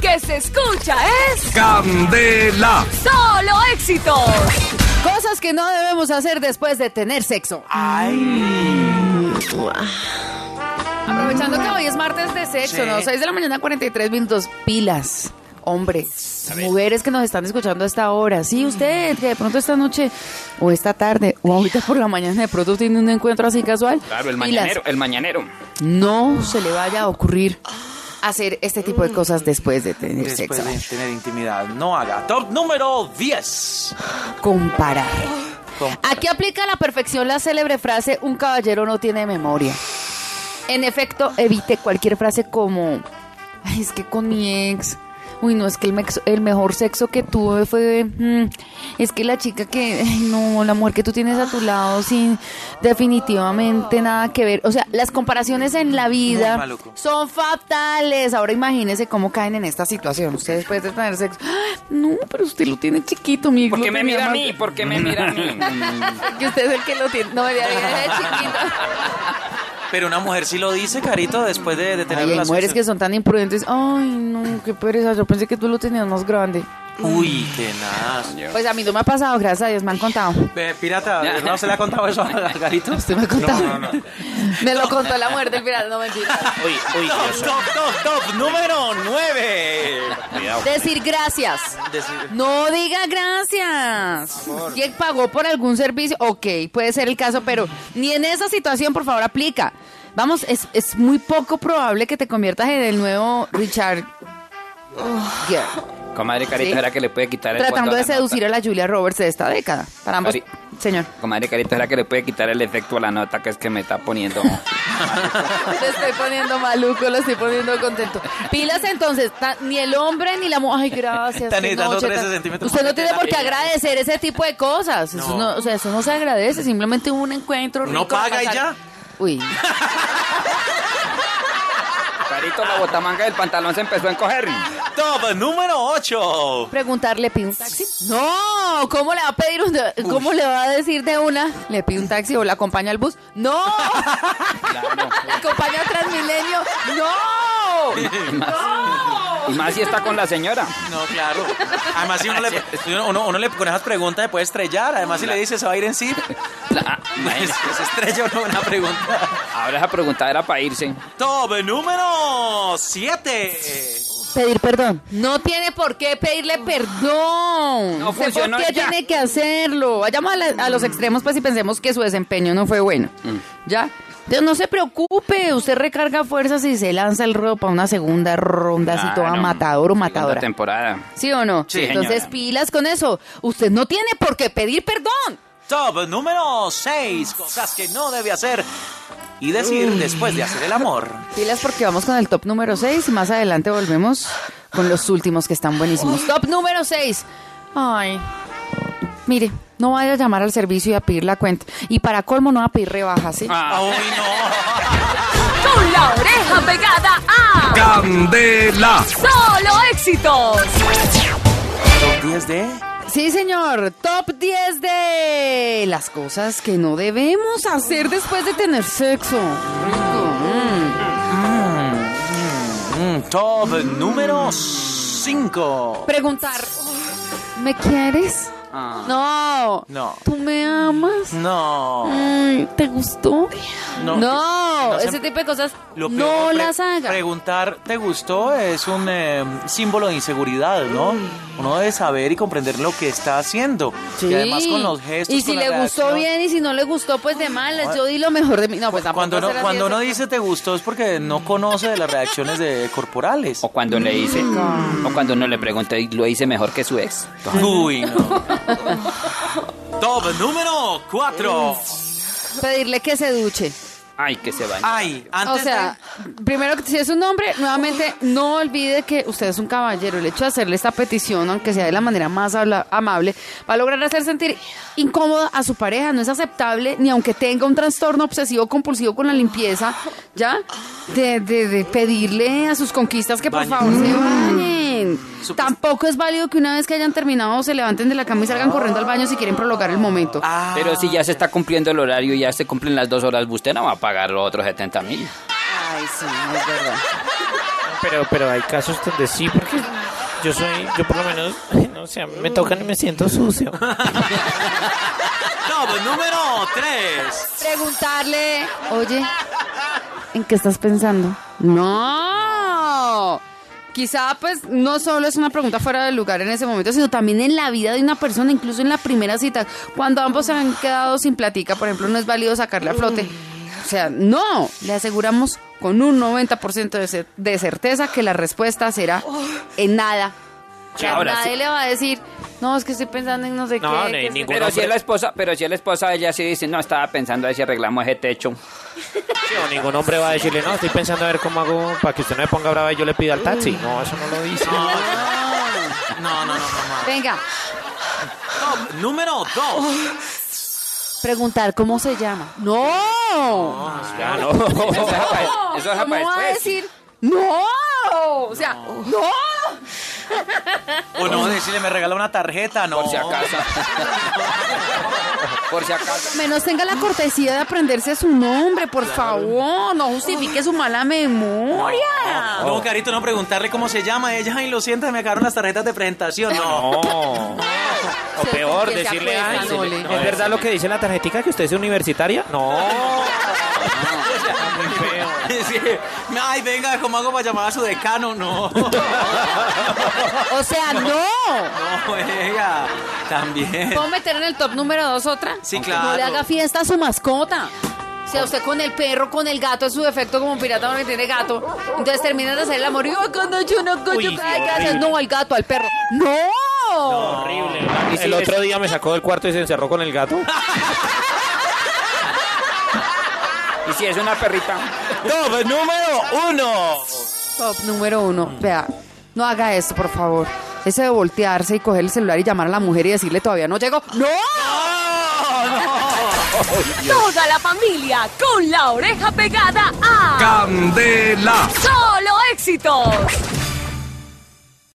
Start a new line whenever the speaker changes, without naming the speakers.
que se escucha es
Candela.
solo éxitos. Cosas que no debemos hacer después de tener sexo. Aprovechando que hoy es martes de sexo, ¿no? 6 de la mañana, 43 minutos. Pilas, hombres, mujeres que nos están escuchando a esta hora. Sí, usted, que de pronto esta noche o esta tarde o ahorita por la mañana de pronto tiene un encuentro así casual.
Claro, el
Pilas.
mañanero, el mañanero.
No se le vaya a ocurrir hacer este tipo de cosas después de tener
Después
sexo.
de tener intimidad, no haga. Top número 10.
Comparar.
Comparar.
Aquí aplica a la perfección la célebre frase, un caballero no tiene memoria. En efecto, evite cualquier frase como, "Ay, es que con mi ex, uy, no, es que el, mex- el mejor sexo que tuve fue, mm, es que la chica que, ay, no, la mujer que tú tienes a tu lado, sin definitivamente nada que ver. O sea, las comparaciones en la vida
maluco.
son fatales. Ahora imagínense cómo caen en esta situación. Ustedes después de tener sexo, "Ah, no, pero usted lo tiene chiquito, mi
¿Por
lo
qué me
tenía
mira a
más-
mí? ¿Por qué me mira a mí?
que usted es el que lo tiene. No, de chiquito.
Pero una mujer sí lo dice, carito, después de, de tener
Ay, hay
relaciones.
mujeres que son tan imprudentes. Ay, no, qué pereza. Yo pensé que tú lo tenías más grande.
Uy, qué nada.
Pues a mí no me ha pasado, gracias a Dios, me han contado.
Eh, pirata, ¿no se le ha contado eso a Carito?
Usted me ha contado.
No, no, no.
me lo contó la muerte del pirata, no mentira.
Uy, uy, Dios.
Top, top, top, número 9.
Decir gracias. No diga gracias. ¿Quién pagó por algún servicio? Ok, puede ser el caso, pero ni en esa situación, por favor, aplica. Vamos, es, es muy poco probable que te conviertas en el nuevo Richard Gere.
Comadre Carita,
Sí.
¿será que le puede quitar el
tratando
cuento a
de
la
seducir a la Julia Roberts de esta década. Para ambos,
Cari-
señor.
nota? Comadre Carita, ¿será que le puede quitar el efecto a la nota que es que me está poniendo?
Lo estoy poniendo maluco, lo estoy poniendo contento. Pilas entonces, ta- ni el hombre ni la mujer. Ay, gracias.
Tan-
qué
dando
noche
13
tan-
centímetros
Usted no
más
tiene
de
por qué
la-
agradecer ese tipo de cosas. Eso no, o sea, eso no se agradece, simplemente un encuentro.
No
rico de
paga y
pasar-
ya.
Uy.
Carito, la botamanga del pantalón se empezó a encoger.
Top número 8.
Preguntarle, ¿pide un taxi? No, ¿cómo le va a pedir un... ¿Cómo le va a decir de una? ¿Le pide un taxi o la acompaña al bus? No.
Claro.
¿La acompaña a Transmilenio? No.
Y más, y más si está con la señora.
No, claro. Además, si uno le, uno, uno le con esas preguntas se puede estrellar. Además, si le dice se va a ir en sí,
La-
pues, se estrella uno con una pregunta.
Ahora esa pregunta era para irse.
Top número 7.
Pedir perdón. No tiene por qué pedirle perdón.
No
Usted
funcionó
¿Por qué
ya.
tiene que hacerlo? Vayamos a, la- a los extremos pues y pensemos que su desempeño no fue bueno.
Mm.
¿Ya? Entonces, no se preocupe, usted recarga fuerzas y se lanza el ropa para una segunda ronda así toda
Claro.
matador o
Ah, Segunda
matadora.
temporada.
¿Sí o no?
Sí,
Entonces
señora.
pilas con eso. Usted no tiene por qué pedir perdón.
Top número 6. Cosas que no debe hacer y decir después de hacer el amor.
Pilas porque vamos con el top número 6 y más adelante volvemos con los últimos que están buenísimos. Top número 6. Ay. Mire, no vaya a llamar al servicio y a pedir la cuenta. Y para colmo no va a pedir rebaja, ¿sí?
Ah,
Uy, no.
Con la oreja pegada a
Candela.
solo éxitos.
Top 10 de.
Sí, señor. Top 10 de las cosas que no debemos hacer después de tener sexo. Rico. mm.
Mm, top número 5.
Preguntar. ¿Me quieres?
ah.
No.
No.
¿Tú me amas?
No.
Ay, ¿Te gustó? No,
No, no se-
ese tipo de cosas
Lo peor
no
de pre-
las haga.
Preguntar, ¿te gustó? Es un eh, símbolo de inseguridad, ¿no? Uno debe saber y comprender lo que está haciendo.
Sí.
Y además con los gestos.
Y si
con
le
la
gustó
reacción.
bien y si no le gustó, pues de malas. Yo di lo mejor de mí. No, pues tampoco
Cuando
hacer
uno,
así
cuando
de-
uno dice te gustó es porque no conoce de las reacciones de corporales.
O cuando le hice. O cuando no le pregunté y lo hice mejor que su ex.
Uy, no. Top número 4.
Pedirle que se duche.
Ay, que se bañe.
Ay, antes
O sea, primero que si es un hombre, nuevamente no olvide que usted es un caballero. El hecho de hacerle esta petición, aunque sea de la manera más habla- amable, va a lograr hacer sentir incómoda a su pareja. No es aceptable, ni aunque tenga un trastorno obsesivo compulsivo con la limpieza, ¿ya? De, de- de pedirle a sus conquistas que por
Baño.
favor se bañen.
Supuest-
Tampoco es válido que una vez que hayan terminado se levanten de la cama y salgan corriendo al baño si quieren prolongar el momento.
Pero si ya se está cumpliendo el horario y ya se cumplen las dos horas, usted no va a pagar los otros 70 mil.
Ay, sí, es verdad.
pero, pero hay casos donde sí, porque yo soy, yo por lo menos, no sé, me tocan y me siento sucio.
No, pues número tres.
Preguntarle, oye, ¿en qué estás pensando? No. Quizá pues no solo es una pregunta fuera del lugar en ese momento, sino también en la vida de una persona, incluso en la primera cita, cuando ambos se han quedado sin platica, por ejemplo, no es válido sacarle a flote. O sea, no, le aseguramos con un 90% de, cer- de certeza que la respuesta será en nada. O sea,
Ahora
nadie
sí.
le va a decir, no, es que estoy pensando en no sé
No,
qué.
ni
que estoy
ningún
Pero si
hombre-
es la esposa, pero si es la esposa, ella sí dice, no, estaba pensando a ver si arreglamos ese techo.
Sí, o ningún hombre va a decirle, no, estoy pensando a ver cómo hago para que usted no me ponga brava y yo le pida al taxi. No, eso no lo dice.
No, no, no, no, no,
Venga,
no. No, Número dos.
preguntar cómo se llama. No.
Ya, no.
Eso es para, eso
¿Cómo
es
va
para
a
después.
decir? No. O sea, no.
O no, decirle, me regala una tarjeta, no.
Por si acaso. Por si acaso.
Menos tenga la cortesía de aprenderse su nombre, por favor. No justifique su mala memoria.
No, Carito, no preguntarle cómo se llama. Ella, ay, lo siento, me acabaron las tarjetas de presentación. No.
No. O
Se-
peor,
que se
decirle,
acuestan,
"Ay, se-
ole".
¿es verdad lo que dice en la tarjetica que usted es universitaria? No.
Sí. Ay, venga, ¿cómo hago para llamar a su decano? No.
O sea, no.
No, venga. También.
¿Puedo meter en el top número dos otra?
Sí,
No le
claro.
haga fiesta a su mascota. O sea, usted con el perro, con el gato, es su defecto como pirata no tiene gato. Entonces terminan de hacer el amor y "Ay, cuando yo no coño,
Uy,
ay, ¿qué haces?
horrible.
No, al gato, al perro. ¡No!
Horrible. El otro día me sacó del cuarto y se encerró con el gato.
Y si es una perrita,
Top pues número uno.
Top número uno.
Mm.
Vea, no haga esto, por favor. Ese de voltearse y coger el celular y llamar a la mujer y decirle todavía no llego. ¡No!
Ah,
Toda la familia con la oreja pegada a
Candela.
Solo Éxitos.